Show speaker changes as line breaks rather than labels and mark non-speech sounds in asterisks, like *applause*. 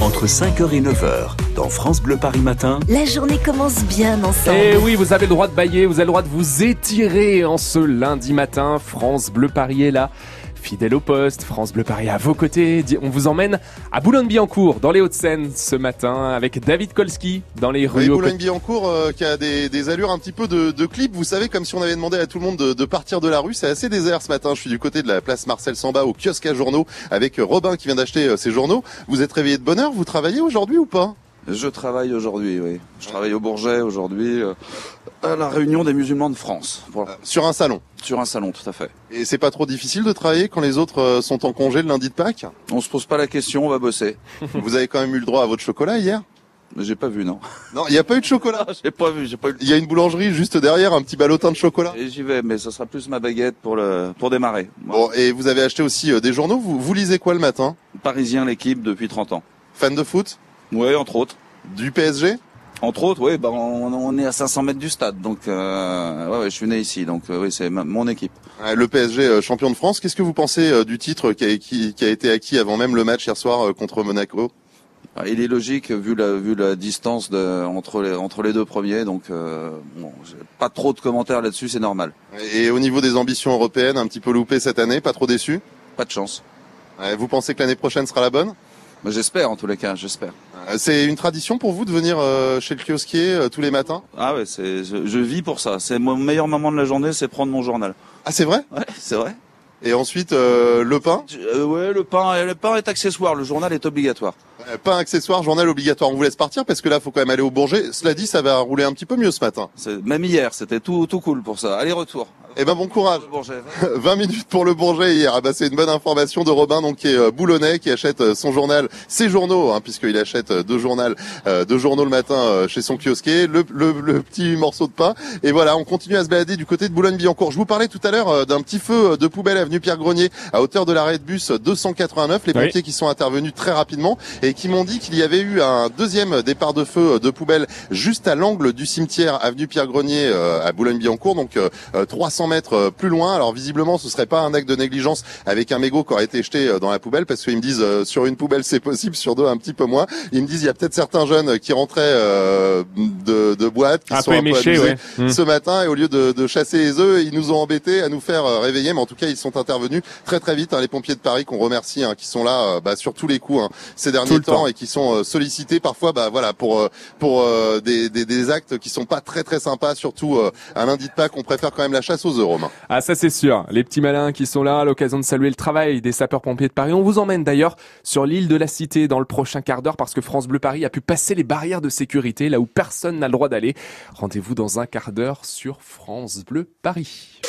entre 5h et 9h dans France Bleu Paris Matin.
La journée commence bien ensemble.
Eh oui, vous avez le droit de bailler, vous avez le droit de vous étirer en ce lundi matin. France Bleu Paris est là. Fidèle au poste, France Bleu Paris à vos côtés. On vous emmène à Boulogne-Billancourt, dans les Hauts-de-Seine, ce matin, avec David Kolski, dans les rues.
Oui,
aux
Boulogne-Billancourt euh, qui a des, des allures un petit peu de, de clip. Vous savez, comme si on avait demandé à tout le monde de, de partir de la rue. C'est assez désert ce matin. Je suis du côté de la place Marcel Samba au kiosque à journaux avec Robin qui vient d'acheter euh, ses journaux. Vous êtes réveillé de bonne heure Vous travaillez aujourd'hui ou pas
Je travaille aujourd'hui, oui. Je travaille au Bourget aujourd'hui, euh, à la Réunion des musulmans de France, voilà.
Sur un salon.
sur un salon, tout à fait.
Et c'est pas trop difficile de travailler quand les autres euh, sont en congé le lundi de Pâques
On se pose pas la question, on va bosser.
Vous avez quand même eu le droit à votre chocolat hier
Mais J'ai pas vu, non. *laughs*
Non, il n'y a pas eu de chocolat.
J'ai pas vu, j'ai pas eu le
Il y a une boulangerie juste derrière, un petit ballotin de chocolat.
Et j'y vais, mais ça sera plus ma baguette pour le pour démarrer.
Bon, et vous avez acheté aussi euh, des journaux. Vous, vous lisez quoi le matin
Parisien, l'équipe depuis 30 ans.
Fan de foot
Ouais, entre autres.
Du PSG
Entre autres, oui, bah on, on est à 500 mètres du stade, donc euh, ouais, ouais, je suis né ici, donc euh, oui, c'est ma- mon équipe.
Ouais, Le PSG euh, champion de France, qu'est-ce que vous pensez euh, du titre qui a, qui- qui a été acquis avant même le match hier soir euh, contre Monaco
Ah, Il est logique vu la vu la distance de, entre les entre les deux premiers, donc euh, bon, j'ai pas trop de commentaires là-dessus, c'est normal.
Et au niveau des ambitions européennes, un petit peu loupé cette année, pas trop déçu
Pas de chance.
Ouais, Vous pensez que l'année prochaine sera la bonne
Mais J'espère en tous les cas, j'espère.
Euh, C'est une tradition pour vous de venir euh, chez le kiosquier euh, tous les matins
Ah ouais, c'est je, je vis pour ça. C'est mon meilleur moment de la journée, c'est prendre mon journal.
Ah c'est vrai
Ouais, c'est vrai.
Et ensuite euh, le pain
Je- euh, ouais, le pain, le pain est accessoire, le journal est obligatoire.
Euh, Pain accessoire, journal obligatoire. On vous laisse partir parce que là faut quand même aller au Bourget. Cela dit, ça va rouler un petit peu mieux ce matin.
C'est- Même hier, c'était tout tout cool pour ça. Aller-retour.
Eh ben bon courage.
Bon, j'ai-
*laughs* 20 minutes pour le Bourget hier. Ah bah, c'est une bonne information de Robin, donc qui est euh, boulonnais, qui achète euh, son journal, ses journaux, hein, puisqu'il achète euh, deux, journal, euh, deux journaux le matin euh, chez son kiosquier, le, le, le petit morceau de pain. Et voilà, on continue à se balader du côté de Boulogne-Billancourt. Je vous parlais tout à l'heure euh, d'un petit feu euh, de poubelle avenue Pierre Grenier à hauteur de l'arrêt de bus 289. Les
Oui.
pompiers qui sont intervenus très rapidement et qui m'ont dit qu'il y avait eu un deuxième départ de feu euh, de poubelle juste à l'angle du cimetière avenue Pierre Grenier euh, à Boulogne-Billancourt, donc euh, euh, 300 mètres euh, plus loin. Alors visiblement, ce serait pas un acte de négligence avec un mégot qui aurait été jeté euh, dans la poubelle, parce qu'ils me disent euh, sur une poubelle c'est possible, sur deux un petit peu moins. Ils me disent il y a peut-être certains jeunes qui rentraient euh, de, de boîte, qui
Un
sont
peu
un peu Mmh.
éméchés,
amusés
ouais. Mm.
ce matin et au lieu de, de chasser les œufs, ils nous ont embêtés à nous faire euh, réveiller. Mais en tout cas, ils sont intervenus très très vite. hein, les pompiers de Paris qu'on remercie, hein, qui sont là euh, bah, sur tous les coups hein, ces
Tout
derniers
le
temps,
temps.
et qui sont euh, sollicités parfois, bah voilà, pour euh, pour euh, des, des, des actes qui sont pas très très sympas. Surtout euh, un lundi de Pâques, on préfère quand même la chasse aux œufs, Romain.
Ah ça c'est sûr, les petits malins qui sont là à l'occasion de saluer le travail des sapeurs-pompiers de Paris. On vous emmène d'ailleurs sur l'île de la Cité dans le prochain quart d'heure parce que France Bleu Paris a pu passer les barrières de sécurité là où personne n'a le droit d'aller. Rendez-vous dans un quart d'heure sur France Bleu Paris.